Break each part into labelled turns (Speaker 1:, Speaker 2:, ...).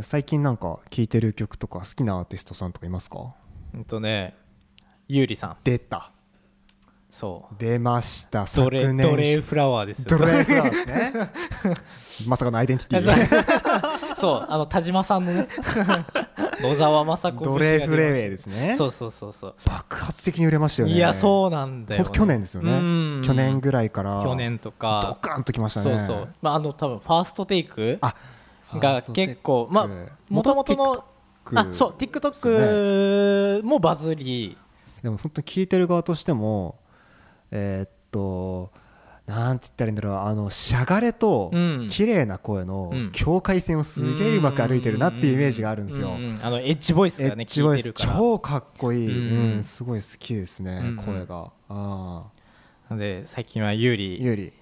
Speaker 1: 最近なんか聴いてる曲とか好きなアーティストさんとかいますか
Speaker 2: うんとねゆうりさん
Speaker 1: 出た
Speaker 2: そう
Speaker 1: 出ました
Speaker 2: ド
Speaker 1: 昨
Speaker 2: レ
Speaker 1: 年
Speaker 2: ドレフラワーです
Speaker 1: ド
Speaker 2: よ
Speaker 1: レフラワーですねまさかのアイデンティテ
Speaker 2: そう
Speaker 1: ィ
Speaker 2: そうあの田島さん のね野沢雅子節が
Speaker 1: ドレフレウ
Speaker 2: 出
Speaker 1: ェイですね
Speaker 2: ましたそうそうそうそう
Speaker 1: 爆発的に売れましたよね
Speaker 2: いやそうなんだよ、
Speaker 1: 本
Speaker 2: ね、
Speaker 1: 当去年ですよ
Speaker 2: うん
Speaker 1: ね去年ぐらいから
Speaker 2: 去年と
Speaker 1: ド
Speaker 2: か
Speaker 1: カーンときました
Speaker 2: そ
Speaker 1: ね
Speaker 2: うそうまああの多分ファーストテイク
Speaker 1: あ
Speaker 2: が結構まあもともとのあそう TikTok もバズり
Speaker 1: でも本当に聞いてる側としてもえーっとなんて言ったらいいんだろうあのしゃがれと
Speaker 2: うん
Speaker 1: 綺麗な声の
Speaker 2: うん
Speaker 1: 境界線をすげえうまく歩いてるなっていうイメージがあるんですよ。
Speaker 2: ううんあのエッジボイス
Speaker 1: エ
Speaker 2: がね
Speaker 1: ッジボ
Speaker 2: 聞
Speaker 1: イ
Speaker 2: いて
Speaker 1: ス
Speaker 2: るから
Speaker 1: 超かっこいい、
Speaker 2: うん
Speaker 1: うんすごい好きですね、
Speaker 2: うん
Speaker 1: 声があー
Speaker 2: なので最近は有利
Speaker 1: ゆうり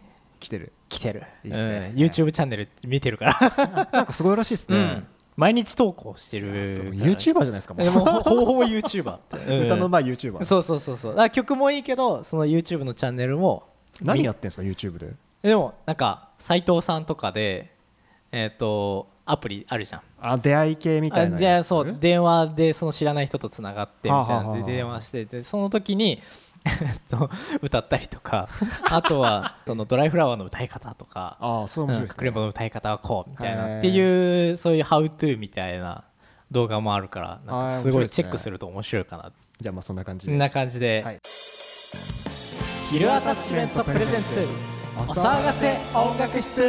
Speaker 1: 来てる
Speaker 2: 来てる
Speaker 1: いいっすね
Speaker 2: うん YouTube チャンネル見てるから
Speaker 1: なんかすごいらしいです
Speaker 2: う
Speaker 1: ね
Speaker 2: ん、毎日投稿して
Speaker 1: ユ
Speaker 2: る
Speaker 1: ーチューバーじゃないですかもう
Speaker 2: でもほほぼほぼ YouTuber って、うん
Speaker 1: 歌のうまいユーチューバー
Speaker 2: そうそうそうそうだから曲もいいけどその YouTube のチャンネルも
Speaker 1: 何
Speaker 2: み
Speaker 1: やってんですか YouTube で
Speaker 2: でもなんか斎藤さんとかでえっ、とアプリあるじゃん
Speaker 1: あ出会い系みたいな
Speaker 2: あ
Speaker 1: の
Speaker 2: じゃ
Speaker 1: やって
Speaker 2: あ
Speaker 1: る
Speaker 2: そう電話でその知らない人とつながってみた
Speaker 1: は
Speaker 2: い
Speaker 1: あはあ
Speaker 2: な
Speaker 1: はあ
Speaker 2: で
Speaker 1: はあ
Speaker 2: 電話してでその時に えっと歌ったりとかあとはそのドライフラワーの歌い方とか
Speaker 1: ああそう
Speaker 2: う
Speaker 1: 面白
Speaker 2: ん
Speaker 1: いです
Speaker 2: クレ
Speaker 1: ね
Speaker 2: ボの歌い方はこうみたい
Speaker 1: へ
Speaker 2: な
Speaker 1: ー
Speaker 2: っていうそういうハウトゥーみたいな動画もあるからなん
Speaker 1: あ
Speaker 2: か
Speaker 1: ー
Speaker 2: すご
Speaker 1: 面白いで
Speaker 2: い
Speaker 1: すね
Speaker 2: チェックすると面白いかな
Speaker 1: じゃあまあそんな感じ
Speaker 2: そ
Speaker 1: で
Speaker 2: んな感じで、
Speaker 1: はい
Speaker 2: ヒルアタッチメントプレゼンツお騒がせ音楽室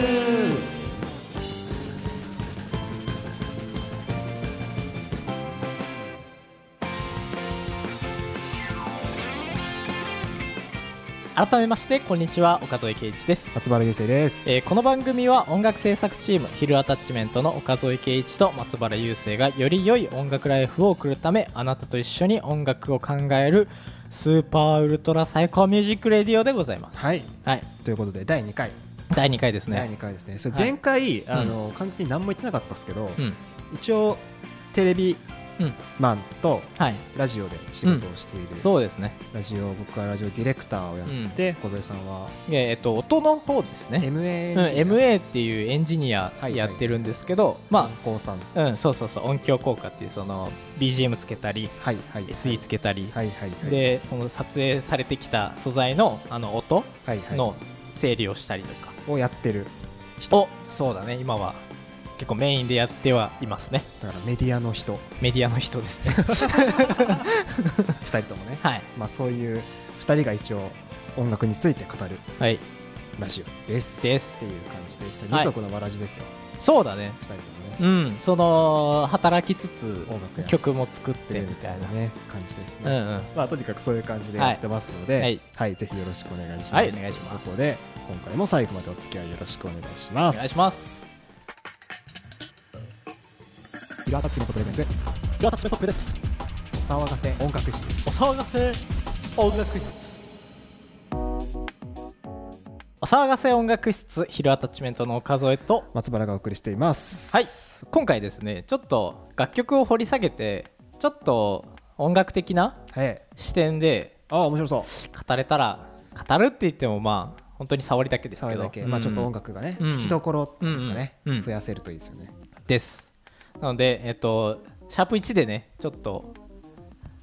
Speaker 2: 改めましてこんにちは岡添圭一です
Speaker 1: 松原優生です、
Speaker 2: えーこの番組は音楽制作チームヒルアタッチメントの岡添圭一と松原雄生がより良い音楽ライフを送るためあなたと一緒に音楽を考えるスーパーウルトラ最高ミュージックレディオでございます
Speaker 1: はい
Speaker 2: はい
Speaker 1: ということで第2回、
Speaker 2: 第2回です
Speaker 1: 第
Speaker 2: ね
Speaker 1: 2回ですねそれ
Speaker 2: はい
Speaker 1: 前回、あの完全に何も言ってなかったですけど、
Speaker 2: うん
Speaker 1: 一応テレビ
Speaker 2: うん
Speaker 1: マンと
Speaker 2: はい
Speaker 1: ラジオで仕事をしている、
Speaker 2: そうですね
Speaker 1: ラジオ僕はラジオディレクターをやって、小添さんは
Speaker 2: でえっと音の方ですね、
Speaker 1: MA エ
Speaker 2: うん、
Speaker 1: ンジニア
Speaker 2: MA っていうエンジニア
Speaker 1: はい
Speaker 2: やってるんですけど、ま
Speaker 1: 高さん
Speaker 2: あうんそうそうそう音響効果っていうその BGM つけたり
Speaker 1: はいはい
Speaker 2: SE つけたり、
Speaker 1: はいはいはい
Speaker 2: でその撮影されてきた素材のあの音
Speaker 1: はいはい
Speaker 2: の整理をしたりとか、
Speaker 1: をやってる
Speaker 2: おそうだね今は結構メインでやってはいますね
Speaker 1: だからメディアの人
Speaker 2: メディアの人ですね
Speaker 1: 2人ともね、
Speaker 2: はい
Speaker 1: まあ、そういう2人が一応音楽について語る
Speaker 2: はい
Speaker 1: ラジオです
Speaker 2: です
Speaker 1: っていう感じです
Speaker 2: い
Speaker 1: 二足のわらじですよ、
Speaker 2: そうだね
Speaker 1: 2人ともね
Speaker 2: うんその働きつつ
Speaker 1: 音楽や
Speaker 2: 曲も作っ
Speaker 1: ってて
Speaker 2: みたいな、
Speaker 1: ね感じです
Speaker 2: う
Speaker 1: ね、
Speaker 2: んうん
Speaker 1: まあ、とにかくそういう感じでやってますので、
Speaker 2: はい
Speaker 1: は
Speaker 2: はいい
Speaker 1: ぜひよろしくお願いします、
Speaker 2: はいお願いします
Speaker 1: ということで今回も最後までお付き合いよろしくお願いしま
Speaker 2: お
Speaker 1: す
Speaker 2: 願いします
Speaker 1: 色タッチのプレゼンツ
Speaker 2: じゃあ私のプレゼンツ
Speaker 1: お騒がせ音楽室
Speaker 2: お騒がせ音楽室お騒がせ音楽室昼アタッチメントの岡添と
Speaker 1: 松原がお送りしています
Speaker 2: はい今回ですねちょっと楽曲を掘り下げてちょっと音楽的な
Speaker 1: はい
Speaker 2: 視点で
Speaker 1: ああ面白そう
Speaker 2: 語れたら語るって言ってもまあ本当に触りだけです
Speaker 1: そ
Speaker 2: け
Speaker 1: れ
Speaker 2: ど
Speaker 1: だけ、まあ、ちょっと音楽がね、
Speaker 2: うん
Speaker 1: 聞きどころですかね、
Speaker 2: うんうん
Speaker 1: 増やせるといいですよね
Speaker 2: うんですなのでえっとシャープ1でねちょっと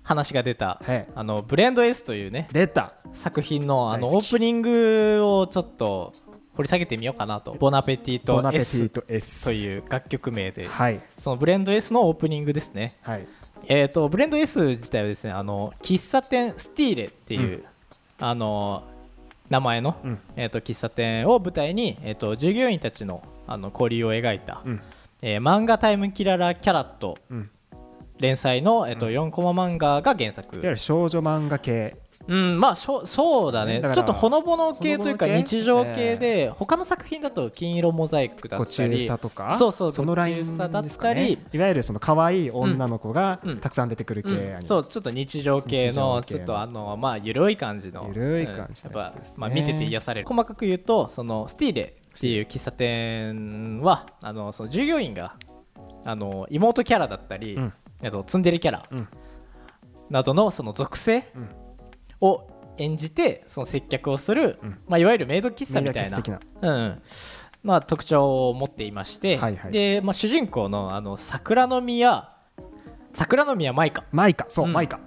Speaker 2: 話が出た、
Speaker 1: はい
Speaker 2: あのブレンド S というね
Speaker 1: 出た
Speaker 2: 作品のあの
Speaker 1: 大好
Speaker 2: オ
Speaker 1: き
Speaker 2: ープニングをちょっと掘り下げてみようかなと「ボナペティ
Speaker 1: ボ
Speaker 2: と
Speaker 1: ナペティ
Speaker 2: S
Speaker 1: と」S
Speaker 2: という楽曲名で
Speaker 1: はい
Speaker 2: そのブレンド S のオープニングですね
Speaker 1: はい
Speaker 2: えー、とブレンド S 自体はですねあの喫茶店スティーレっていう、あの名前の、
Speaker 1: うん
Speaker 2: えー、と喫茶店を舞台に、えー、と従業員たちのあの交流を描いた、
Speaker 1: うん
Speaker 2: えー漫画「タイムキララキャラット
Speaker 1: うんいわ」
Speaker 2: 連載の、えーと4コマ漫画が原
Speaker 1: ゆ
Speaker 2: 作、
Speaker 1: る少女漫画系
Speaker 2: うんまあ、しょそうだね
Speaker 1: だから
Speaker 2: ちょっとほのぼの系というか
Speaker 1: ほのぼの系
Speaker 2: 日常系で、他の作品だと「金色モザイク」だ
Speaker 1: ご
Speaker 2: った
Speaker 1: 中
Speaker 2: り
Speaker 1: さとか
Speaker 2: そうそう
Speaker 1: そのライン
Speaker 2: ご中佐だっ
Speaker 1: ですか
Speaker 2: たり
Speaker 1: ねいわゆるその可愛い女の子が
Speaker 2: うん
Speaker 1: たくさん出てくる系アニメ、
Speaker 2: うん、そうちょっと日常系
Speaker 1: 日常
Speaker 2: の
Speaker 1: 系
Speaker 2: ち
Speaker 1: の
Speaker 2: ょっとあのまあ緩い感じの
Speaker 1: 緩い感じ
Speaker 2: うん
Speaker 1: の
Speaker 2: や
Speaker 1: や
Speaker 2: っ
Speaker 1: つ
Speaker 2: ぱ
Speaker 1: ですね
Speaker 2: まあ見てて癒される細かく言うとそのスティーレっていう喫茶店はあのその従業員があの妹キャラだったり、
Speaker 1: うん
Speaker 2: あとツンデレキャラ
Speaker 1: うん
Speaker 2: などのその属性
Speaker 1: うん
Speaker 2: を演じてその接客をする、
Speaker 1: うん
Speaker 2: まあいわゆるメイド喫茶みたい
Speaker 1: メイド喫茶
Speaker 2: な
Speaker 1: 的な
Speaker 2: うんうんまあ、特徴を持っていまして、
Speaker 1: はいはい
Speaker 2: でまあ、主人公のあの桜の宮桜の宮舞香
Speaker 1: マイカそう、
Speaker 2: うん
Speaker 1: マイカ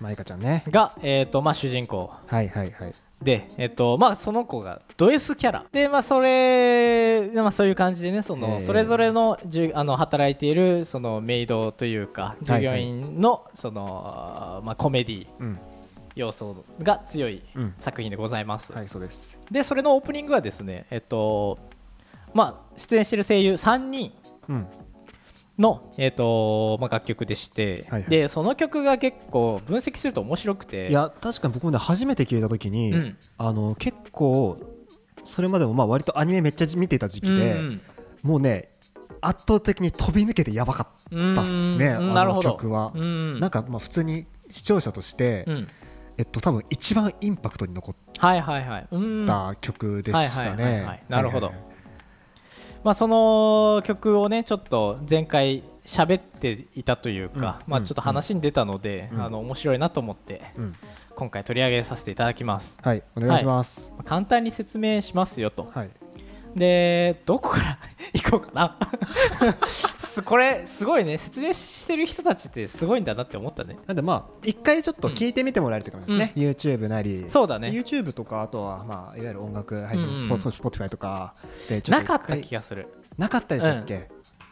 Speaker 1: マイカちゃんね
Speaker 2: が、えーとまあ、主人公
Speaker 1: はいはいはい
Speaker 2: で、えっとまあ、その子がド S キャラで、まあ、それ、まあ、そういう感じでねその、
Speaker 1: えー
Speaker 2: それぞれのじゅあの働いているそのメイドというか従業員の,、そのまあ、コメディ
Speaker 1: うん
Speaker 2: 要素が強い
Speaker 1: うん
Speaker 2: 作品でございます、
Speaker 1: はいそうです
Speaker 2: でそれのオープニングはですね、えっとまあ、出演している声優3人
Speaker 1: うん
Speaker 2: の、えっとまあ、楽曲でして、
Speaker 1: はいはい
Speaker 2: でその曲が結構分析すると面白くて
Speaker 1: いや確かに僕もね初めて聞いた時に、
Speaker 2: うん
Speaker 1: あの結構それまでもまあ割とアニメめっちゃ見てた時期で、
Speaker 2: うん
Speaker 1: もうね圧倒的に飛び抜けてやばかっ
Speaker 2: うん
Speaker 1: たっすね、
Speaker 2: うん
Speaker 1: あ
Speaker 2: なる
Speaker 1: の
Speaker 2: ほど
Speaker 1: 曲は、
Speaker 2: うん
Speaker 1: なんかまあ普通に視聴者として、
Speaker 2: うん、
Speaker 1: えっと多分一番インパクトに残っ
Speaker 2: はいはいはい、うんま
Speaker 1: た曲でした
Speaker 2: はいはいはいは
Speaker 1: ね
Speaker 2: い。なるほど
Speaker 1: はいはいはい
Speaker 2: あ、その曲をねちょっと前回喋っていたというか、
Speaker 1: うん
Speaker 2: まあ、
Speaker 1: うん
Speaker 2: ちょっと話に出たので、
Speaker 1: うん
Speaker 2: あの面白いなと思って
Speaker 1: うん
Speaker 2: 今回取り上げさせていただきます
Speaker 1: はい、お願いします。
Speaker 2: 簡単に説明しますよと
Speaker 1: はい、
Speaker 2: でどこから 行こうかなすこれすごいね説明してる人たちってすごいんだなって思ったね
Speaker 1: なんでまあ一回ちょっと聞いてみてもらえるという感じですね。YouTube なり、
Speaker 2: そうだね
Speaker 1: YouTube とかあとはまあいわゆる音楽配
Speaker 2: う
Speaker 1: 信
Speaker 2: んうん
Speaker 1: スポーツ Spotify とかでちょ
Speaker 2: な
Speaker 1: と一
Speaker 2: か
Speaker 1: 回
Speaker 2: った気がする、
Speaker 1: なかったでしたっけ？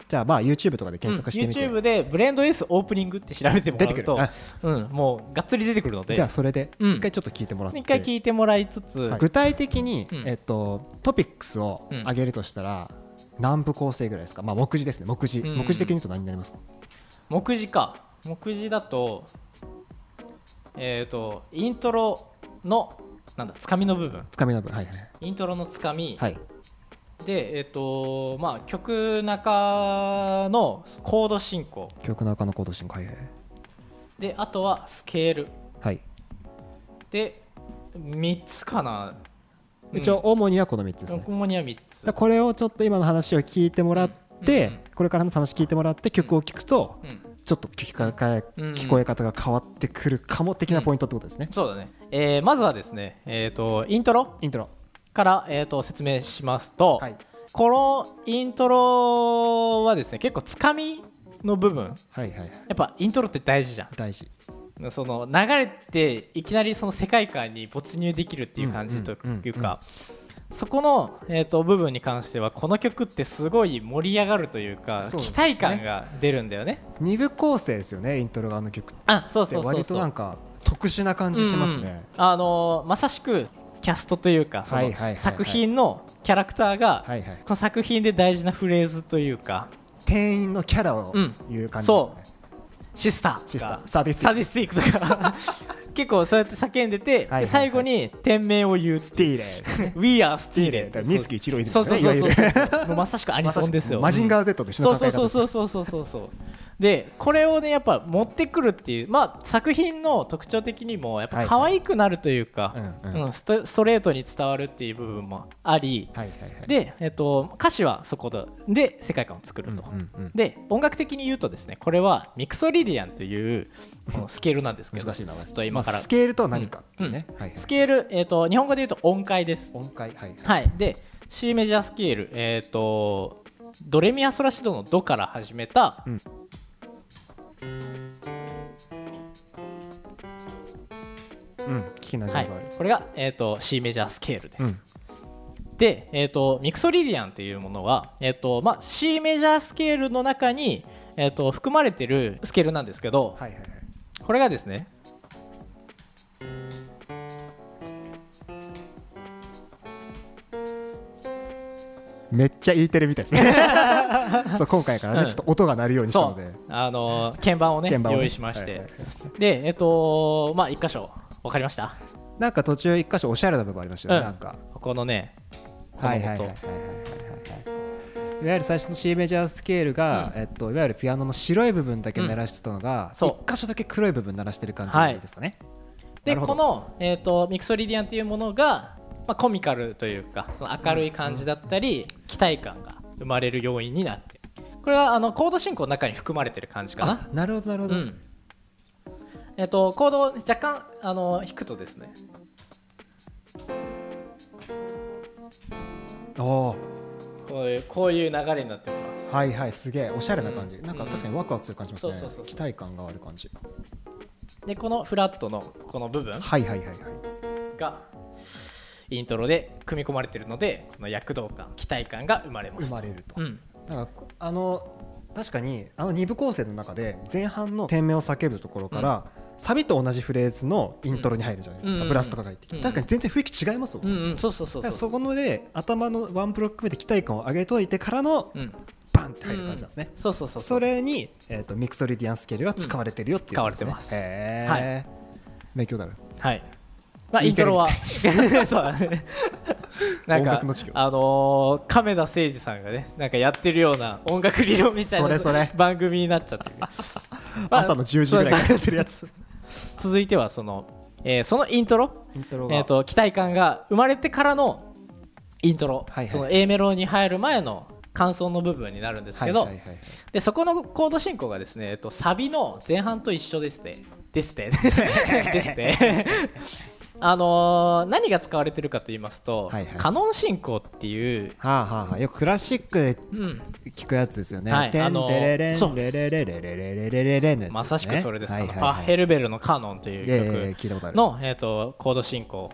Speaker 1: じゃあまあ YouTube とかで検索してみて、
Speaker 2: うん YouTube で「ブレンド S オープニング」って調べても
Speaker 1: 出
Speaker 2: ら
Speaker 1: て
Speaker 2: う
Speaker 1: くる
Speaker 2: と。うん、もうがっつり出てくるので
Speaker 1: じゃあそれで
Speaker 2: うん
Speaker 1: 一回ちょっと聞いてもらって、
Speaker 2: 一回聞いてもらいつつ、
Speaker 1: はい具体的に、
Speaker 2: うん
Speaker 1: えっとトピックスを
Speaker 2: うん
Speaker 1: 上げるとしたら。何部構成ぐらいですか、まあ、目次ですね、目次、
Speaker 2: うん
Speaker 1: 目次的に言うと何になりますか、
Speaker 2: 目次か目次だとえっ、とイントロのなんだつかみの部分
Speaker 1: つかみの部分、はいはい、
Speaker 2: イントロのつかみ、
Speaker 1: はい、
Speaker 2: でえっ、とまあ曲中のコード進行
Speaker 1: 曲の中のコード進行、はいはい
Speaker 2: であとはスケール
Speaker 1: はい、
Speaker 2: で3つかな
Speaker 1: 一応、主にはこの3つですね。
Speaker 2: 主には3つ
Speaker 1: だからこれをちょっと今の話を聞いてもらって、
Speaker 2: うんうん
Speaker 1: これからの話聞いてもらって曲を聞くと、
Speaker 2: うん
Speaker 1: ちょっと聞かか
Speaker 2: うん
Speaker 1: 聞こえ方が変わってくるかも的なポイントってことですね、
Speaker 2: そうだね、えーまずはですね、えっとイントロ
Speaker 1: イントロ
Speaker 2: から、えー、と説明しますと、
Speaker 1: はい
Speaker 2: このイントロはですね結構つかみの部分や
Speaker 1: はいはいはい
Speaker 2: っぱイントロって大事じゃ
Speaker 1: 大事
Speaker 2: んその流れていきなりその世界観に没入できるっていう感じと
Speaker 1: うんうんうん
Speaker 2: いうかそこの、えー、と部分に関してはこの曲ってすごい盛り上がるというか
Speaker 1: そうです
Speaker 2: 期
Speaker 1: ね
Speaker 2: 待感が出るんだよね
Speaker 1: 二部構成ですよねイントロ側の曲っ
Speaker 2: あそう
Speaker 1: て
Speaker 2: そうそう
Speaker 1: 割
Speaker 2: そ
Speaker 1: と
Speaker 2: う
Speaker 1: なんか特殊な感じします
Speaker 2: うんうん
Speaker 1: ね、
Speaker 2: あのーまさしくキャストというかそ
Speaker 1: はい
Speaker 2: の
Speaker 1: はいはいはい
Speaker 2: 作品のキャラクターが
Speaker 1: はいはい
Speaker 2: この作品で大事なフレーズというか
Speaker 1: 店員のキャラを
Speaker 2: うん
Speaker 1: 言う感じですね、
Speaker 2: シスター
Speaker 1: シスタ
Speaker 2: が
Speaker 1: ーサービス
Speaker 2: サディスティック とか結構そうやって叫んでて、
Speaker 1: はいはいはい
Speaker 2: で最後に店名を言う
Speaker 1: スティーレー
Speaker 2: We are スティー
Speaker 1: だ
Speaker 2: レ
Speaker 1: から水木一郎いる
Speaker 2: そうそう
Speaker 1: い
Speaker 2: そ
Speaker 1: わ
Speaker 2: う
Speaker 1: ゆ
Speaker 2: そう
Speaker 1: る
Speaker 2: そうもうまさしくアニソンですよ
Speaker 1: マジンガー Z と一緒
Speaker 2: そ
Speaker 1: の考
Speaker 2: うそ
Speaker 1: え
Speaker 2: う
Speaker 1: 方ですね
Speaker 2: そうそうそうそうそうでこれをねやっぱ持ってくるっていうまあ作品の特徴的にもやっぱ可愛くなるというか、
Speaker 1: うんうん
Speaker 2: うんストストレートに伝わるっていう部分もあり、
Speaker 1: はいはいはい
Speaker 2: で、えっと、歌詞はそこでで世界観を作
Speaker 1: う
Speaker 2: る
Speaker 1: ん
Speaker 2: と、
Speaker 1: うんうん
Speaker 2: で音楽的に言うとですねこれはミクソリディアンというこのスケールなんですけ ど
Speaker 1: 難しい名前で
Speaker 2: ちょ
Speaker 1: す
Speaker 2: っと今から
Speaker 1: まあ、スケールとは何かっていうね、はいはい
Speaker 2: スケール、えっと日本語で言うと音階です
Speaker 1: 音階はいはい
Speaker 2: はいで C メジャースケールえっ、とドレミア・ソラシドの「ド」から始めた、
Speaker 1: うんうん聞きなじ
Speaker 2: は
Speaker 1: み
Speaker 2: い
Speaker 1: がある、、
Speaker 2: これが、えっと C メジャースケールです、
Speaker 1: うん
Speaker 2: で、えー、とミクソリディアンというものは、えーとまあ、C メジャースケールの中に、えー、と含まれてるスケールなんですけど、
Speaker 1: はいはいはい
Speaker 2: これがですね
Speaker 1: めっちゃ E テレみたい ですねそう今回からね、
Speaker 2: うん
Speaker 1: ちょっと音が鳴るようにしたの
Speaker 2: そ
Speaker 1: で
Speaker 2: うあのー鍵盤をね
Speaker 1: 鍵盤をね
Speaker 2: 用意しまして、
Speaker 1: はいはい
Speaker 2: でえっ、とまあ一箇所わかりました
Speaker 1: なんか途中一箇所おしゃれな部分ありましたよね、
Speaker 2: うん
Speaker 1: なんか
Speaker 2: ここのねこの
Speaker 1: はいはいはいはいはいはいはい
Speaker 2: 音
Speaker 1: いわゆる最初の C メジャースケールが、えっと、いわゆるピアノの白い部分だけ鳴らしてたのが
Speaker 2: ん
Speaker 1: 一、
Speaker 2: そう
Speaker 1: 箇所だけ黒い部分鳴らしてる感
Speaker 2: はい
Speaker 1: じですかね、
Speaker 2: で
Speaker 1: なるほ
Speaker 2: こ
Speaker 1: ど
Speaker 2: の、えー、とミクソリディアンというものが、まあ、コミカルというかその明るい感じだったり、期待感が生まれる要因になってこれはあのコード進行の中に含まれてる感じかな
Speaker 1: あなるほどなるほ
Speaker 2: う
Speaker 1: ど、
Speaker 2: んえっ、とコードを若干あの弾くとですね
Speaker 1: おー
Speaker 2: こういうこういう流れになってます
Speaker 1: はいはいすげえおしゃれな感じ、なんか確かにワクワクする感じしますね、
Speaker 2: そうそうそうそう
Speaker 1: 期待感がある感じ
Speaker 2: でこのフラットのこの部分
Speaker 1: はいはいはいはい
Speaker 2: がイントロで組み込まれてるのでこの躍動感期待感が生まれます
Speaker 1: 生まれると、
Speaker 2: うん
Speaker 1: なんかあの確かにあの2部構成の中で前半の店名を叫ぶところから、サビと同じフレーズのイントロに入るじゃないですか、
Speaker 2: うん
Speaker 1: ブラスとかが入ってきて、
Speaker 2: うん
Speaker 1: 確かに全然雰囲気違いますもん、
Speaker 2: うん
Speaker 1: だ
Speaker 2: うんそうそうそう
Speaker 1: か
Speaker 2: そ
Speaker 1: ら
Speaker 2: う
Speaker 1: そこので頭のワンブロック目で期待感を上げといてからの
Speaker 2: うん
Speaker 1: バンって入る感じなんですね、
Speaker 2: うんそうそうそう
Speaker 1: それに、えー、とミクソリディアンスケールは使われてるよっていうことです、ね
Speaker 2: うん使われてます
Speaker 1: へえ、勉強だろ
Speaker 2: はいまあイ
Speaker 1: イ
Speaker 2: ン
Speaker 1: ン
Speaker 2: ト
Speaker 1: ト
Speaker 2: ロ
Speaker 1: ロ
Speaker 2: はそうだねなん
Speaker 1: 音
Speaker 2: か
Speaker 1: 楽の授業
Speaker 2: あのー亀田誠治さんがねなんかやってるような音楽理論みたいな
Speaker 1: それそれ
Speaker 2: 番組になっちゃっ てるまあ
Speaker 1: 朝の10時ぐらいからやってるやつ
Speaker 2: 続いてはその、えーそのイントロ
Speaker 1: イントロ
Speaker 2: えー、と期待感が生まれてからのイントロ、
Speaker 1: はいはい
Speaker 2: その A メロに入る前の感想の部分になるんですけど、
Speaker 1: はいはいはいはい
Speaker 2: でそこのコード進行がですね、えー、とサビの前半と一緒ですね。で すね。ですね。 あのー何が使われてるかと言いますと、
Speaker 1: はいはい
Speaker 2: カノン進行っていう、
Speaker 1: はあはあはあよくクラシックで
Speaker 2: うん、
Speaker 1: 聞くやつですよね。
Speaker 2: はい
Speaker 1: テ
Speaker 2: あ
Speaker 1: ン
Speaker 2: の
Speaker 1: テレレン
Speaker 2: そう
Speaker 1: レレレレレレレレレレのやつですね。
Speaker 2: まさしくそれです、
Speaker 1: はい
Speaker 2: あ
Speaker 1: は
Speaker 2: の
Speaker 1: い
Speaker 2: パッ
Speaker 1: はい。
Speaker 2: ヘルベルのカノンとい
Speaker 1: いやいやいうや聞いたことあ
Speaker 2: 曲
Speaker 1: る。
Speaker 2: の、えー、とコード進行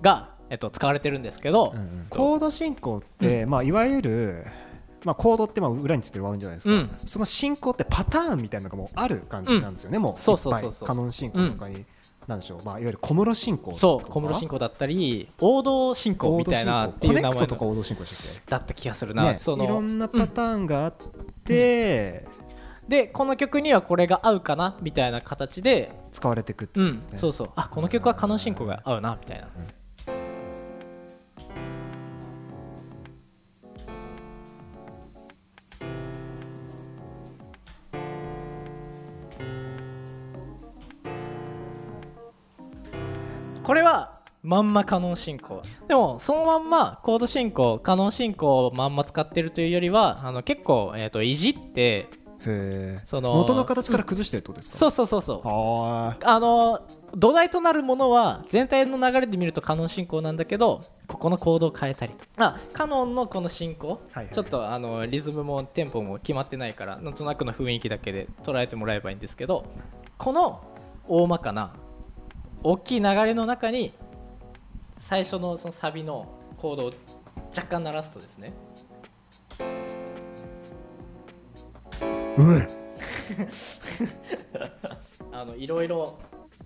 Speaker 2: が、えー、と使われてるんですけど、
Speaker 1: うんうんコード進行ってまあいわゆるまあコードってまあ裏についてるワードじゃないです
Speaker 2: う
Speaker 1: か
Speaker 2: ん。
Speaker 1: その進行ってパターンみたいなのがもうある感じなんですよね。もういっぱい
Speaker 2: そうそうそうそう
Speaker 1: カノン進行とかになんでしょう。まあいわゆる小室進行。
Speaker 2: そう小室進行だったり王道進行みたいなっていう
Speaker 1: コネ
Speaker 2: 名前
Speaker 1: ク
Speaker 2: の
Speaker 1: トとか王道進行でしたっけ
Speaker 2: だった気がするな、
Speaker 1: ね、
Speaker 2: その
Speaker 1: いろんなパターンがあって
Speaker 2: でこの曲にはこれが合うかなみたいな形で
Speaker 1: 使われてくって
Speaker 2: う
Speaker 1: こ
Speaker 2: ん
Speaker 1: とですね。
Speaker 2: そうそうあこの曲はカノン進行が合うなみたいな、これはまんまカノン進行でもそのまんまコード進行カノン進行をまんま使ってるというよりはあの結構、えー、といじって
Speaker 1: へえ
Speaker 2: その
Speaker 1: 元の形から崩してるってことですか、
Speaker 2: そうそうそうそう
Speaker 1: はーい
Speaker 2: あの土台となるものは全体の流れで見るとカノン進行なんだけどここのコードを変えたりとあカノンのこの進行、
Speaker 1: はいはい
Speaker 2: ちょっとあのリズムもテンポも決まってないからなんとなくの雰囲気だけで捉えてもらえばいいんですけどこの大まかな大きい流れの中に最初のそのサビのコードを若干鳴らすとですね
Speaker 1: うえ
Speaker 2: あのいろいろ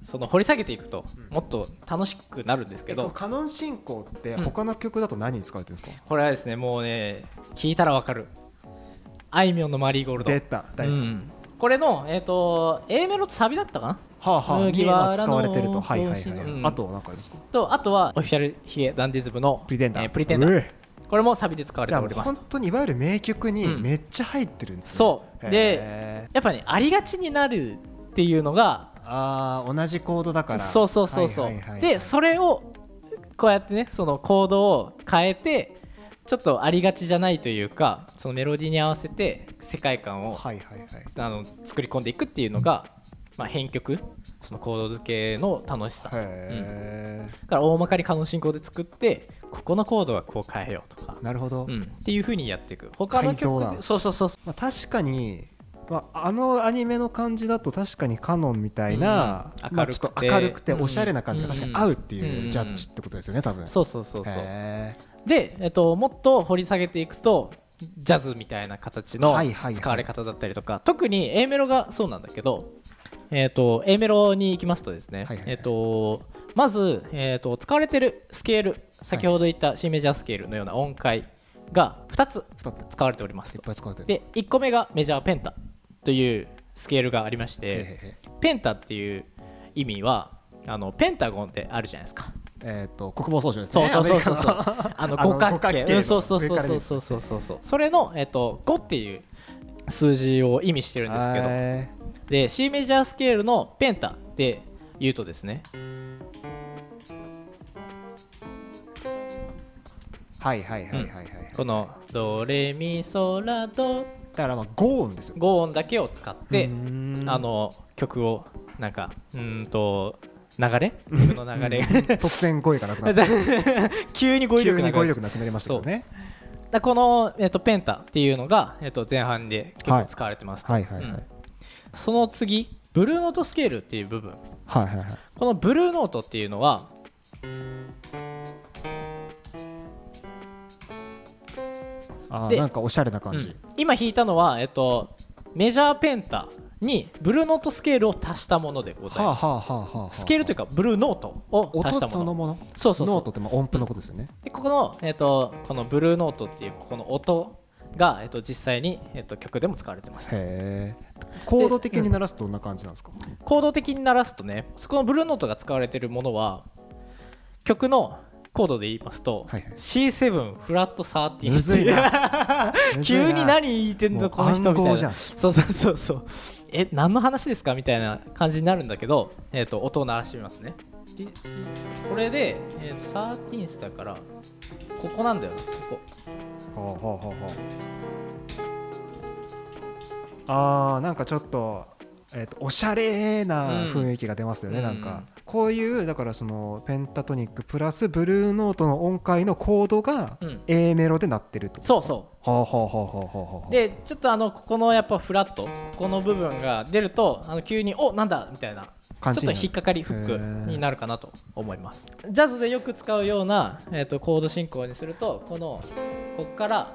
Speaker 2: その掘り下げていくともっと楽しくなるんですけ
Speaker 1: えこ
Speaker 2: ど
Speaker 1: の、カノン進行って
Speaker 2: うん
Speaker 1: 他の曲だと何に使われてるんですか、
Speaker 2: これはですねもうね聞いたらわかるあいみょんのマリーゴールド
Speaker 1: 出た大好き、
Speaker 2: うんこれのえっ、と A メロとサビだったかな
Speaker 1: はあはあに
Speaker 2: 麦わらの
Speaker 1: 今使われてるとはいはいはい、
Speaker 2: うん
Speaker 1: あとは何かあるんですか
Speaker 2: とあとはオフィシャルヒゲダンディズムの
Speaker 1: プリテンダー、
Speaker 2: えープリテンダー
Speaker 1: うえ
Speaker 2: これもサビで使われ
Speaker 1: じ
Speaker 2: て
Speaker 1: ゃあ
Speaker 2: お
Speaker 1: もう
Speaker 2: ります
Speaker 1: 本当にいわゆる名曲に
Speaker 2: うん
Speaker 1: めっちゃ入ってるんですね、
Speaker 2: そうで
Speaker 1: へえ
Speaker 2: やっぱねありがちになるっていうのが
Speaker 1: あー同じコードだから
Speaker 2: そうそうそうそう、
Speaker 1: はいはいはいはい
Speaker 2: でそれをこうやってねそのコードを変えてちょっとありがちじゃないというかそのメロディーに合わせて世界観を
Speaker 1: はいはいはい
Speaker 2: あの作り込んでいくっていうのが、まあ、編曲そのコード付けの楽しさだ
Speaker 1: へえ、
Speaker 2: から大まかに可能進行で作ってここのコードはこう変えようとか、
Speaker 1: なるほど、
Speaker 2: うん、っていうふうにやっていく他の曲
Speaker 1: 改造だ
Speaker 2: そうそうそう
Speaker 1: まあ、確かに、まあ、あのアニメの感じだと確かにカノンみたいな、
Speaker 2: うんうん
Speaker 1: まあ、ちょっと明るくておしゃれな感じが確かに合うって
Speaker 2: う
Speaker 1: い
Speaker 2: ん
Speaker 1: うジャッジってことですよね多分
Speaker 2: そうそうそうそう
Speaker 1: へ
Speaker 2: で、えっと、もっと掘り下げていくとジャズみたいな形の
Speaker 1: はいはいはい
Speaker 2: 使われ方だったりとか、特に A メロがそうなんだけど、えっと A メロに行きますとですね、
Speaker 1: はいはいはい
Speaker 2: えっとまず、えっと使われてるスケール先ほど言った C メジャースケールのような音階が2つ
Speaker 1: ー、2ついっ
Speaker 2: 使われておりますと
Speaker 1: ぱい使われてる
Speaker 2: で1個目がメジャーペンタというスケールがありまし
Speaker 1: へーへ
Speaker 2: て
Speaker 1: ーへ
Speaker 2: ペンタっていう意味はあのペンタゴンってあるじゃないですか
Speaker 1: ーえっと国防総省です
Speaker 2: そう
Speaker 1: ね
Speaker 2: そうそうそうそう。
Speaker 1: アメリカの
Speaker 2: あの
Speaker 1: あの
Speaker 2: 五角
Speaker 1: 五角
Speaker 2: 形。
Speaker 1: 形
Speaker 2: う
Speaker 1: の
Speaker 2: んそうそうそ
Speaker 1: 上
Speaker 2: う
Speaker 1: から
Speaker 2: そ
Speaker 1: 見
Speaker 2: う
Speaker 1: る
Speaker 2: そうそうそうそう。それのえっと五っていう数字を意味してるんですけど、
Speaker 1: へ
Speaker 2: で C メジャースケールのペンタで言うとですね、
Speaker 1: ーはいはいはいはいはい、
Speaker 2: このドレミソラド
Speaker 1: だからまあ5音ですよ
Speaker 2: 五音だけを使って
Speaker 1: うーん
Speaker 2: あの曲をなんかうーんと流れ曲の流 れ
Speaker 1: 突然語彙がなくなって
Speaker 2: 急に語彙
Speaker 1: 急
Speaker 2: 力
Speaker 1: に
Speaker 2: なく
Speaker 1: 語彙
Speaker 2: なる
Speaker 1: 力なくなりましたけどね
Speaker 2: だこの、えっとペンタっていうのが、えっと前半で結構使われてますと、
Speaker 1: はいはいはい、
Speaker 2: うんその次ブルーノートスケールっていう部分
Speaker 1: はいはいはい
Speaker 2: このブルーノートっていうのは
Speaker 1: あー
Speaker 2: で
Speaker 1: なんかおしゃれな感じ、
Speaker 2: うん今弾いたのは、えっと、メジャーペンタにブルーノートスケールを足したものでござい
Speaker 1: はあ
Speaker 2: ます、
Speaker 1: はあはあはあはあ
Speaker 2: スケールというかブルーノートを足し
Speaker 1: 音
Speaker 2: たも
Speaker 1: そ
Speaker 2: の
Speaker 1: のもの
Speaker 2: そうそうそう
Speaker 1: ノートってまあ音符のことですよね、
Speaker 2: でここの、えっとこのブルーノートっていうここの音が、えっと実際に、えっと曲でも使われてます
Speaker 1: へえコード的に鳴らすとどんな感じなんですか、
Speaker 2: 行動的に鳴らすとねそこのブルーノートが使われているものは曲のコードで言いますと、
Speaker 1: はいはい
Speaker 2: C7 フラット13ってう
Speaker 1: むずいなむずいな
Speaker 2: 急に何言ってん
Speaker 1: も
Speaker 2: の
Speaker 1: う
Speaker 2: この人み
Speaker 1: 暗
Speaker 2: たい
Speaker 1: 号
Speaker 2: な
Speaker 1: じゃん
Speaker 2: そうそうそうそうえ何の話ですかみたいな感じになるんだけど、えー、と音を鳴らしてみますねししこれで、えー、と13スだからここなんだよねここ
Speaker 1: ほうほうほうほうあーなんかちょっと,、えー、とおしゃれな雰囲気が出ますよね、
Speaker 2: うん
Speaker 1: なんかこういうだからそのペンタトニックプラスブルーノートの音階のコードが
Speaker 2: うん
Speaker 1: A メロで鳴ってるってこと
Speaker 2: そう
Speaker 1: ですか
Speaker 2: そ
Speaker 1: ほう
Speaker 2: う
Speaker 1: ほうほうほうほうほう
Speaker 2: でちょっとあのここのやっぱフラットここの部分が出るとあの急に「おなんだ!」みたいな
Speaker 1: 感
Speaker 2: ちょ
Speaker 1: じに
Speaker 2: っ
Speaker 1: な
Speaker 2: と
Speaker 1: る
Speaker 2: 引っかかりフ
Speaker 1: へ
Speaker 2: ッ
Speaker 1: ー
Speaker 2: クになるかなと思いますジャズでよく使うような、えー、とコード進行にするとこのこっから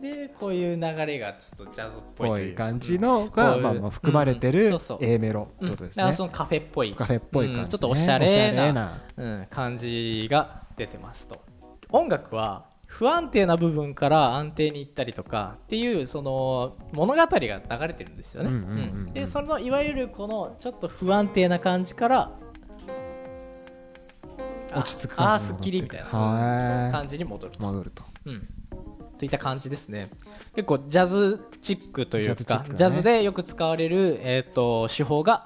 Speaker 2: でこういう流れがちょっとジャズっぽい
Speaker 1: ぽ
Speaker 2: という
Speaker 1: い感じのが、
Speaker 2: うん
Speaker 1: まあ、まあ含まれてる
Speaker 2: うんそうそう
Speaker 1: A メロって
Speaker 2: うん
Speaker 1: こと
Speaker 2: だか
Speaker 1: ですね、
Speaker 2: らそのカフェっぽい
Speaker 1: カフェっぽい感じね、
Speaker 2: うんちょっとおしゃれな
Speaker 1: おしな
Speaker 2: うん、感じが出てますと音楽は不安定な部分から安定に行ったりとかっていうその物語が流れてるんですよね、
Speaker 1: うんうんうんうん
Speaker 2: うんでそのいわゆるこのちょっと不安定な感じからあ
Speaker 1: 落ち着く感じ
Speaker 2: あー
Speaker 1: に
Speaker 2: す
Speaker 1: 戻ってく
Speaker 2: っ
Speaker 1: る
Speaker 2: きりみたいな
Speaker 1: はーい
Speaker 2: 感じに戻ると、
Speaker 1: 戻ると
Speaker 2: うん、といった感じですね結構ジャズチックという
Speaker 1: ジャ
Speaker 2: かジ
Speaker 1: ズチッ
Speaker 2: ャ,、
Speaker 1: クね
Speaker 2: ズでよく使われる、えー、と手法が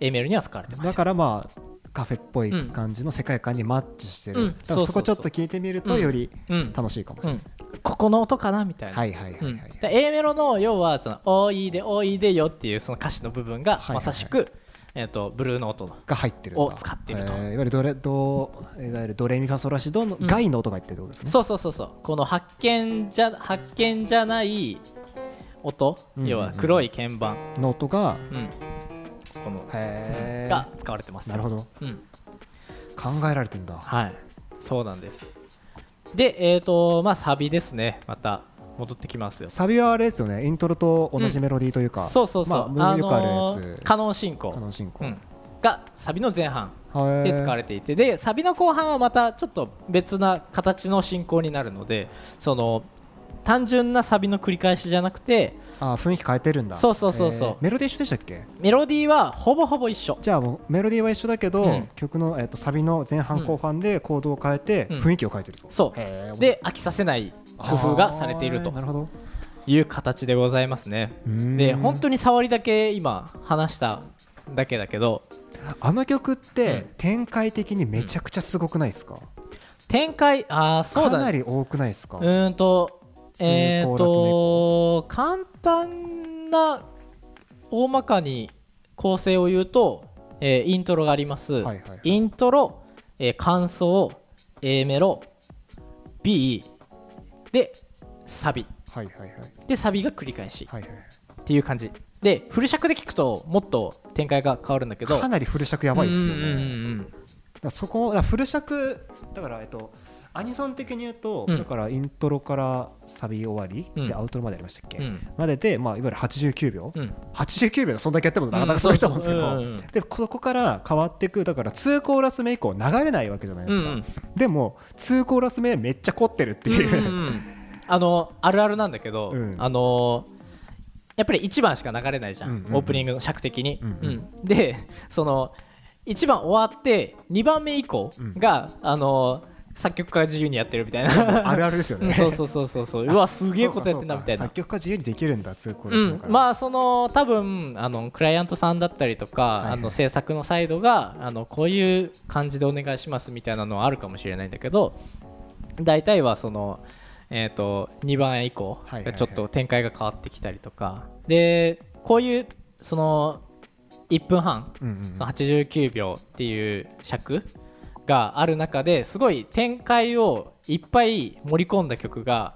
Speaker 2: A メールには使われてます
Speaker 1: だからまあカフェっぽい感じの世界観にマッチしてる、
Speaker 2: うん
Speaker 1: だからそこち
Speaker 2: そ
Speaker 1: ょ
Speaker 2: う
Speaker 1: っ
Speaker 2: そうそ
Speaker 1: と
Speaker 2: う
Speaker 1: 聞いてみると
Speaker 2: うん
Speaker 1: より
Speaker 2: うん
Speaker 1: 楽しいかもしれないですね、
Speaker 2: ここの音かなみたいな、
Speaker 1: はいはいはいは
Speaker 2: う
Speaker 1: い、
Speaker 2: んで A メロの要はその「おいでおいでよ」っていうその歌詞の部分が
Speaker 1: はいはいはい
Speaker 2: まさしくえーとブルーノートの
Speaker 1: が入ってるんだ
Speaker 2: を使ってると
Speaker 1: えーいわゆるドレドいわゆるドレミファソラシドの
Speaker 2: うん
Speaker 1: 外の音が入ってるってことですね、
Speaker 2: そうそうそうそうこの発見じゃ発見じゃない音
Speaker 1: うん
Speaker 2: 要は黒い鍵盤
Speaker 1: の音が
Speaker 2: うんこの
Speaker 1: へ
Speaker 2: が
Speaker 1: え
Speaker 2: 使われてます
Speaker 1: なるほど
Speaker 2: うん
Speaker 1: 考えられてんだ
Speaker 2: はいそうなんですでえっとまあサビですねまた戻ってきますよ
Speaker 1: サビはあれですよねイントロと同じメロディーというか、
Speaker 2: そうそうそう
Speaker 1: まあ、
Speaker 2: あ
Speaker 1: よくあるや
Speaker 2: の
Speaker 1: つ、
Speaker 2: ーカノン進行
Speaker 1: カノン進行、
Speaker 2: うんがサビの前半
Speaker 1: は
Speaker 2: で使わ
Speaker 1: れ
Speaker 2: れていてでサビの後半はまたちょっと別な形の進行になるのでその単純なサビの繰り返しじゃなくて
Speaker 1: あー雰囲気変えてるんだ
Speaker 2: そうそうそうそう
Speaker 1: へーメロディー一緒でしたっけ
Speaker 2: メロディーはほぼほぼ一緒
Speaker 1: じゃあもうメロディーは一緒だけど、
Speaker 2: うん
Speaker 1: 曲の、えっとサビの前
Speaker 2: う
Speaker 1: 半
Speaker 2: ん
Speaker 1: 後半でコードを変えて
Speaker 2: うん
Speaker 1: 雰囲気を変えてると、
Speaker 2: そう
Speaker 1: へー
Speaker 2: で飽きさせない工夫がされている
Speaker 1: あ
Speaker 2: と
Speaker 1: ーなるほど
Speaker 2: いう形でございますね
Speaker 1: うーん
Speaker 2: で本当に触りだけ今話しただけだけど
Speaker 1: あの曲って、
Speaker 2: うん
Speaker 1: 展開的にめちゃくちゃすごくないですか、
Speaker 2: 展開ああそう
Speaker 1: か
Speaker 2: だ
Speaker 1: な
Speaker 2: ね
Speaker 1: り多くないですか、
Speaker 2: うーんと
Speaker 1: ツー
Speaker 2: え
Speaker 1: コ
Speaker 2: ー
Speaker 1: ーラス
Speaker 2: と簡単な大まかに構成を言うと、えーイントロがあります、
Speaker 1: はいはいはい
Speaker 2: イントロ、えー感想 A メロ B でサビ
Speaker 1: はいはいはいはい
Speaker 2: でサビが繰り返し
Speaker 1: はいはい
Speaker 2: っていう感じでフル尺で聞くともっと展開が変わるんだけど
Speaker 1: かなりフル尺やばいですよね、
Speaker 2: うんうん
Speaker 1: だか
Speaker 2: うんうん
Speaker 1: らそこだからフル尺だからえっとアニソン的に言うと、
Speaker 2: うん
Speaker 1: だからイントロからサビ終わり、
Speaker 2: うん
Speaker 1: でアウトロまでありましたっけ、
Speaker 2: うん
Speaker 1: までで、まあ、いわゆる89秒、
Speaker 2: うん
Speaker 1: 89秒でそんだけやってもなかな
Speaker 2: う
Speaker 1: か
Speaker 2: ん
Speaker 1: すごいと思うんですけど、
Speaker 2: そうそううんうん
Speaker 1: でここから変わっていくだから2コーラス目以降流れないわけじゃないですか、
Speaker 2: うんうん
Speaker 1: でも2コーラス目めっちゃ凝ってるっていう、
Speaker 2: うんうんうんあのあるあるなんだけど、
Speaker 1: うん
Speaker 2: あのやっぱり1番しか流れないじゃん,、
Speaker 1: うんうんうん
Speaker 2: オープニングの尺的に、
Speaker 1: うんうん
Speaker 2: うんでその1番終わって2番目以降が、あの作曲家が自由にやってるみたい な
Speaker 1: あるあるですよ
Speaker 2: うん
Speaker 1: ね
Speaker 2: そうそうそうそうそううわすげえことやってんだ
Speaker 1: そう
Speaker 2: み
Speaker 1: か
Speaker 2: たいな
Speaker 1: 作曲家自由にできるんだ2コーラ
Speaker 2: う
Speaker 1: ス目
Speaker 2: ん
Speaker 1: から、、
Speaker 2: まあその多分あのクライアントさんだったりとか、
Speaker 1: いはい
Speaker 2: あの制作のサイドがあのこういう感じでお願いしますみたいなのはあるかもしれないんだけど大体はその、えー、と2番以降
Speaker 1: はいはいはい
Speaker 2: ちょっと展開が変わってきたりとか、でこういうその1分半
Speaker 1: うんうん
Speaker 2: その89秒っていう尺がある中ですごい展開をいっぱい盛り込んだ曲が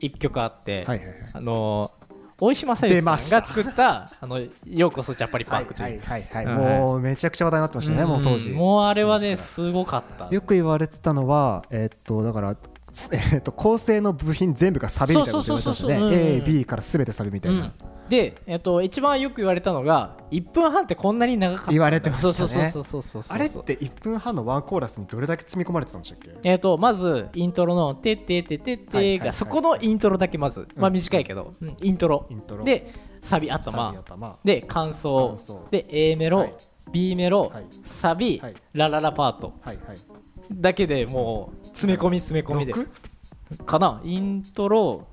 Speaker 2: 1曲あって、
Speaker 1: はいはいはい
Speaker 2: あの大島さ
Speaker 1: 出
Speaker 2: ゆ
Speaker 1: ま
Speaker 2: り
Speaker 1: し
Speaker 2: さん
Speaker 1: た
Speaker 2: が作った「あのようこそジャパリパーク」と。
Speaker 1: はいいうはいはい、
Speaker 2: うん
Speaker 1: もうめちゃくちゃ話題になってましたよね、
Speaker 2: ん
Speaker 1: もう当時
Speaker 2: もうあれはね
Speaker 1: 当時か
Speaker 2: すごかった
Speaker 1: らよく言われてたのはえーっとだからすえーっと構成の部品全部がサビみたいなこと言われてました
Speaker 2: そうそうそうそううん
Speaker 1: ね AB から全てサビみたいな、
Speaker 2: うんで、えっと、一番よく言われたのが1分半ってこんなに長かったんだ
Speaker 1: 言われてましたね
Speaker 2: そうそうそうそうそうそ
Speaker 1: あ
Speaker 2: う
Speaker 1: れって1分半のワンコーラスにどれだけ積み込まれてたんでしたっけ
Speaker 2: えっとまずイントロの「てってて
Speaker 1: は
Speaker 2: て
Speaker 1: いは
Speaker 2: て」
Speaker 1: いは
Speaker 2: が
Speaker 1: い
Speaker 2: そこのイントロだけまず、まあ
Speaker 1: うん
Speaker 2: 短いけど、うんイントロ
Speaker 1: イントロ
Speaker 2: でサビ
Speaker 1: サビ
Speaker 2: 頭
Speaker 1: 頭
Speaker 2: で感想
Speaker 1: 感想
Speaker 2: で A メロ、
Speaker 1: はい
Speaker 2: B メロ、
Speaker 1: はい
Speaker 2: サビ、
Speaker 1: はい
Speaker 2: ラララパート
Speaker 1: はいはい
Speaker 2: だけでもう詰め込み詰め込みで
Speaker 1: 6
Speaker 2: かなイントロ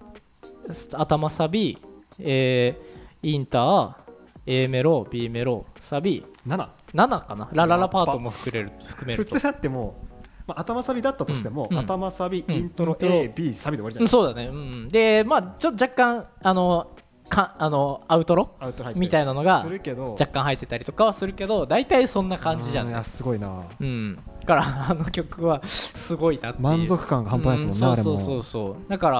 Speaker 2: 頭サビ、えーインター A メロ B メロサビ
Speaker 1: 7
Speaker 2: 7かなラララパートも含める含め
Speaker 1: 普
Speaker 2: ると
Speaker 1: 通だってもう、まあ、頭サビだったとしても、
Speaker 2: うんうん
Speaker 1: 頭サビ、
Speaker 2: うん
Speaker 1: イントロ
Speaker 2: イントロ
Speaker 1: AB サビで終わりじゃなんい
Speaker 2: う
Speaker 1: です
Speaker 2: そうだね、うんうん、でまあちょっと若干あのかあのアウトロ
Speaker 1: か、アウト入って
Speaker 2: みたいなのが
Speaker 1: するけど
Speaker 2: 若干入ってたりとかはするけど大体そんな感じじゃ
Speaker 1: うんい
Speaker 2: ん
Speaker 1: やすごいな
Speaker 2: うんだからあの曲はすごいなっていう
Speaker 1: 満足感が半端ないですもんね、あれ
Speaker 2: う
Speaker 1: も
Speaker 2: そうそうそうそうだから、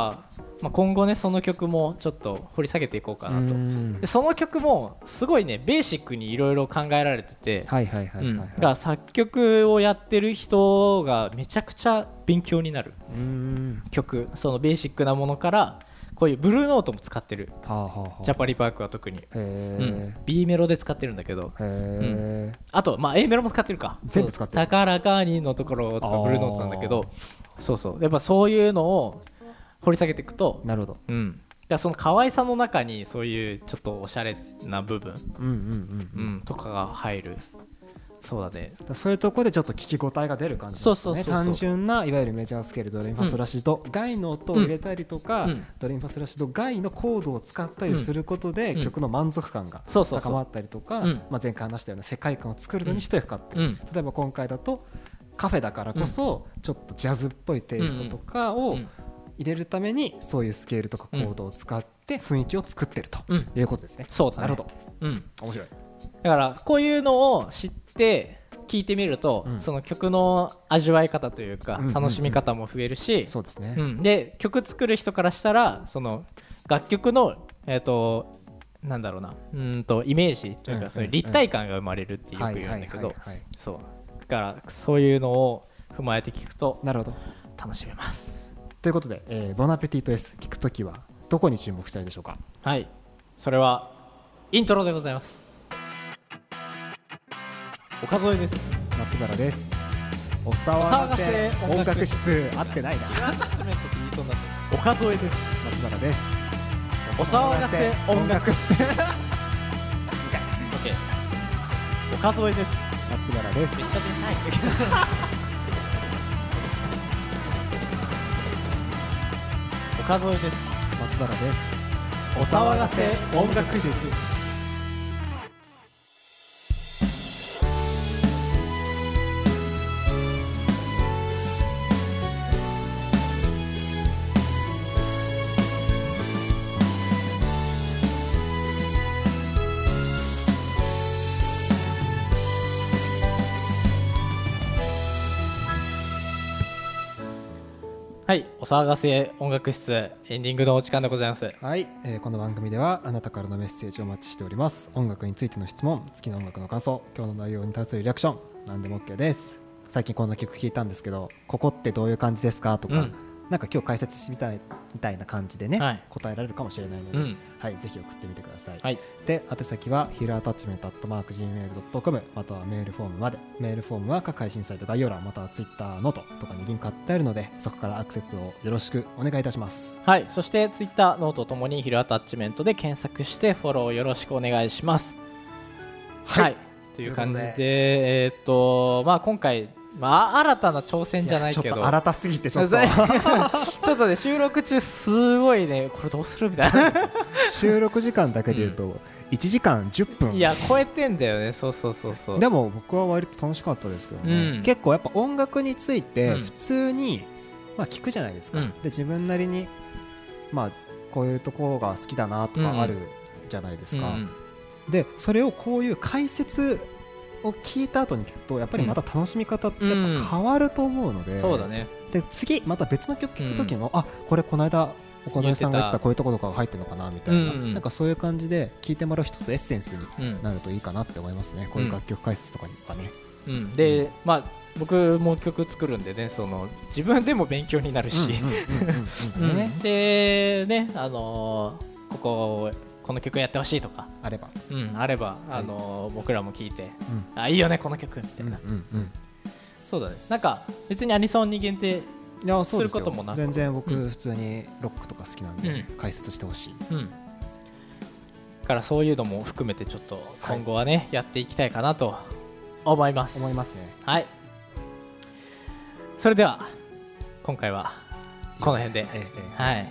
Speaker 2: まあ、今後ねその曲もちょっと掘り下げていこうかなと
Speaker 1: うん
Speaker 2: でその曲もすごいねベーシックにいろいろ考えられてて、
Speaker 1: はいはいはいはい、
Speaker 2: うん
Speaker 1: はい
Speaker 2: が作曲をやってる人がめちゃくちゃ勉強になる
Speaker 1: うーん
Speaker 2: 曲そのベーシックなものからこういうブルーノートも使ってる
Speaker 1: はあはあはあ
Speaker 2: ジャパリパークは特に、
Speaker 1: へ
Speaker 2: うん、B メロで使ってるんだけど
Speaker 1: え、へえ、
Speaker 2: あと、まあ、A メロも使ってるか
Speaker 1: 全部使ってる
Speaker 2: そう高らかにのところとか
Speaker 1: あー
Speaker 2: ブルーノートなんだけどそうそうやっぱそういうのを掘り下げていくと、
Speaker 1: なるほど
Speaker 2: うん、だからその可愛さの中にそういうちょっとおしゃれな部分、
Speaker 1: うんうんう
Speaker 2: うん
Speaker 1: うん
Speaker 2: ん、とかが入るそうだね
Speaker 1: だからそういうところでちょっと聞き応えが出る感じなん
Speaker 2: そう
Speaker 1: ですか
Speaker 2: そうそう
Speaker 1: ね
Speaker 2: そう
Speaker 1: 単純ないわゆるメジャースケールドレミファソラシド外の音を入れたりとか、
Speaker 2: うんうん
Speaker 1: ドレミファソラシド外のコードを使ったりすることで、
Speaker 2: うん
Speaker 1: 曲の満足感が
Speaker 2: そうそうそ
Speaker 1: 高
Speaker 2: う
Speaker 1: まったりとか、
Speaker 2: うん
Speaker 1: まあ、前回話したような世界観を作るのに一役買ってる、
Speaker 2: うん
Speaker 1: 例えば今回だとカフェだからこそちょっとジャズっぽいテイストとか
Speaker 2: う
Speaker 1: を
Speaker 2: ん
Speaker 1: 入れるためにそういうスケールとかコードを使って雰囲気を作ってると
Speaker 2: うん
Speaker 1: いうことですね。
Speaker 2: そうだね
Speaker 1: なるほど
Speaker 2: うん、
Speaker 1: 面白い
Speaker 2: だからこういうのを知って聞いてみると、
Speaker 1: うん
Speaker 2: その曲の味わい方というか
Speaker 1: うんうんうん
Speaker 2: 楽しみ方も増えるし、
Speaker 1: そうですね、
Speaker 2: うん、で曲作る人からしたらその楽曲のえっ、となんだろうなうーんとイメージという
Speaker 1: うん
Speaker 2: かそういう立体感が生まれるってよ
Speaker 1: は
Speaker 2: く
Speaker 1: い
Speaker 2: 言う
Speaker 1: は
Speaker 2: ん
Speaker 1: い
Speaker 2: だけ
Speaker 1: はい
Speaker 2: ど
Speaker 1: はい
Speaker 2: そうだからそういうのを踏まえて聞くと
Speaker 1: なるほど
Speaker 2: 楽しめます
Speaker 1: ということで、えーボナペティート S 聞くときはどこに注目したらいいでしょうか
Speaker 2: はいそれはイントロでございますおかぞえです
Speaker 1: 夏原ですお騒がせ
Speaker 2: お騒がせ
Speaker 1: 音
Speaker 2: 音楽
Speaker 1: 楽室
Speaker 2: 室
Speaker 1: 合ってないな
Speaker 2: アタッチメントって言いそうになっちゃったおかぞえです
Speaker 1: 夏原です
Speaker 2: お騒がせ音 楽
Speaker 1: 室夏
Speaker 2: おかぞえです
Speaker 1: 原です
Speaker 2: めっちゃでかいんだけどおかぞえです
Speaker 1: 松原です
Speaker 2: お騒がせ音楽室はいお騒がせ音楽室エンディングのお時間でございます
Speaker 1: はい、えーこの番組ではあなたからのメッセージをお待ちしております音楽についての質問好きな音楽の感想今日の内容に対するリアクション何でも OK です最近こんな曲聞いたんですけどここってどういう感じですかとか、
Speaker 2: うん
Speaker 1: なんか今日解説してみたいみたいな感じでね、
Speaker 2: はい
Speaker 1: 答えられるかもしれないので、
Speaker 2: うん
Speaker 1: はい、ぜひ送ってみてください、
Speaker 2: はい
Speaker 1: で宛先はヒールアタッチメントアットマーク Gmail.com またはメールフォームまでメールフォームは各配信サイト概要欄または Twitter ノートとかにリンク貼ってあるのでそこからアクセスをよろしくお願いいたします
Speaker 2: はいそしてツイッターノートともにヒルアタッチメントで検索してフォローよろしくお願いしますはい、という感じ
Speaker 1: と
Speaker 2: で
Speaker 1: いうこと
Speaker 2: えーっとまあ今回まあ新たな挑戦じゃないけど
Speaker 1: ちょっと新たすぎてちょっ と
Speaker 2: ちょっとね収録中すごいねこれどうするみたいな
Speaker 1: 収録時間だけで言うと1時間10分
Speaker 2: いや超えてんだよねそうそうそうそう
Speaker 1: でも僕は割と楽しかったですけどね、
Speaker 2: うん
Speaker 1: 結構やっぱ音楽について
Speaker 2: うん
Speaker 1: 普通に、まあ、聞くじゃないですか、
Speaker 2: うん
Speaker 1: で自分なりにまあこういうところが好きだなと
Speaker 2: うん
Speaker 1: かあるじゃないですか、
Speaker 2: うん
Speaker 1: でそれをこういう解説を聞いた後に聞くとやっぱりまた楽しみ方ってやっぱ変わると思うので、
Speaker 2: そうだね
Speaker 1: で次また別の曲聴く時も、あこれこの間岡添さんが言ってたこういうところとかが入ってるのかなみたいな、
Speaker 2: うんうん
Speaker 1: なんかそういう感じで聴いてもらう一つエッセンスに
Speaker 2: うん
Speaker 1: なるといいかなって思いますねこういう楽曲解説とかにはね、
Speaker 2: うん、で、まあ僕も曲作るんでねその自分でも勉強になるし、
Speaker 1: うんうんうんうんうんね
Speaker 2: うんでねあのーこここの曲やってほしいとか、
Speaker 1: あれば、
Speaker 2: うん、あれば、
Speaker 1: はい
Speaker 2: あのー僕らも聞いて
Speaker 1: うん
Speaker 2: あいいよねこの曲みたいな、
Speaker 1: うんうんうん
Speaker 2: そうだねなんか別にアニソンに限定
Speaker 1: いやそうです
Speaker 2: することも
Speaker 1: よ
Speaker 2: なく
Speaker 1: 全然僕
Speaker 2: うん
Speaker 1: 普通にロックとか好きなんで、
Speaker 2: うん
Speaker 1: 解説してほしい
Speaker 2: うんだからそういうのも含めてちょっと今後はね、やっていきたいかなと思います
Speaker 1: 思いますね
Speaker 2: はいそれでは今回はこの辺で、
Speaker 1: ええええ
Speaker 2: はい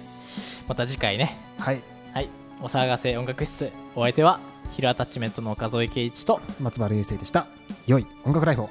Speaker 2: また次回ね
Speaker 1: はい
Speaker 2: はいお騒がせ音楽室お相手はヒルアタッチメントの岡添圭一と
Speaker 1: 松原優生でした良い音楽ライフを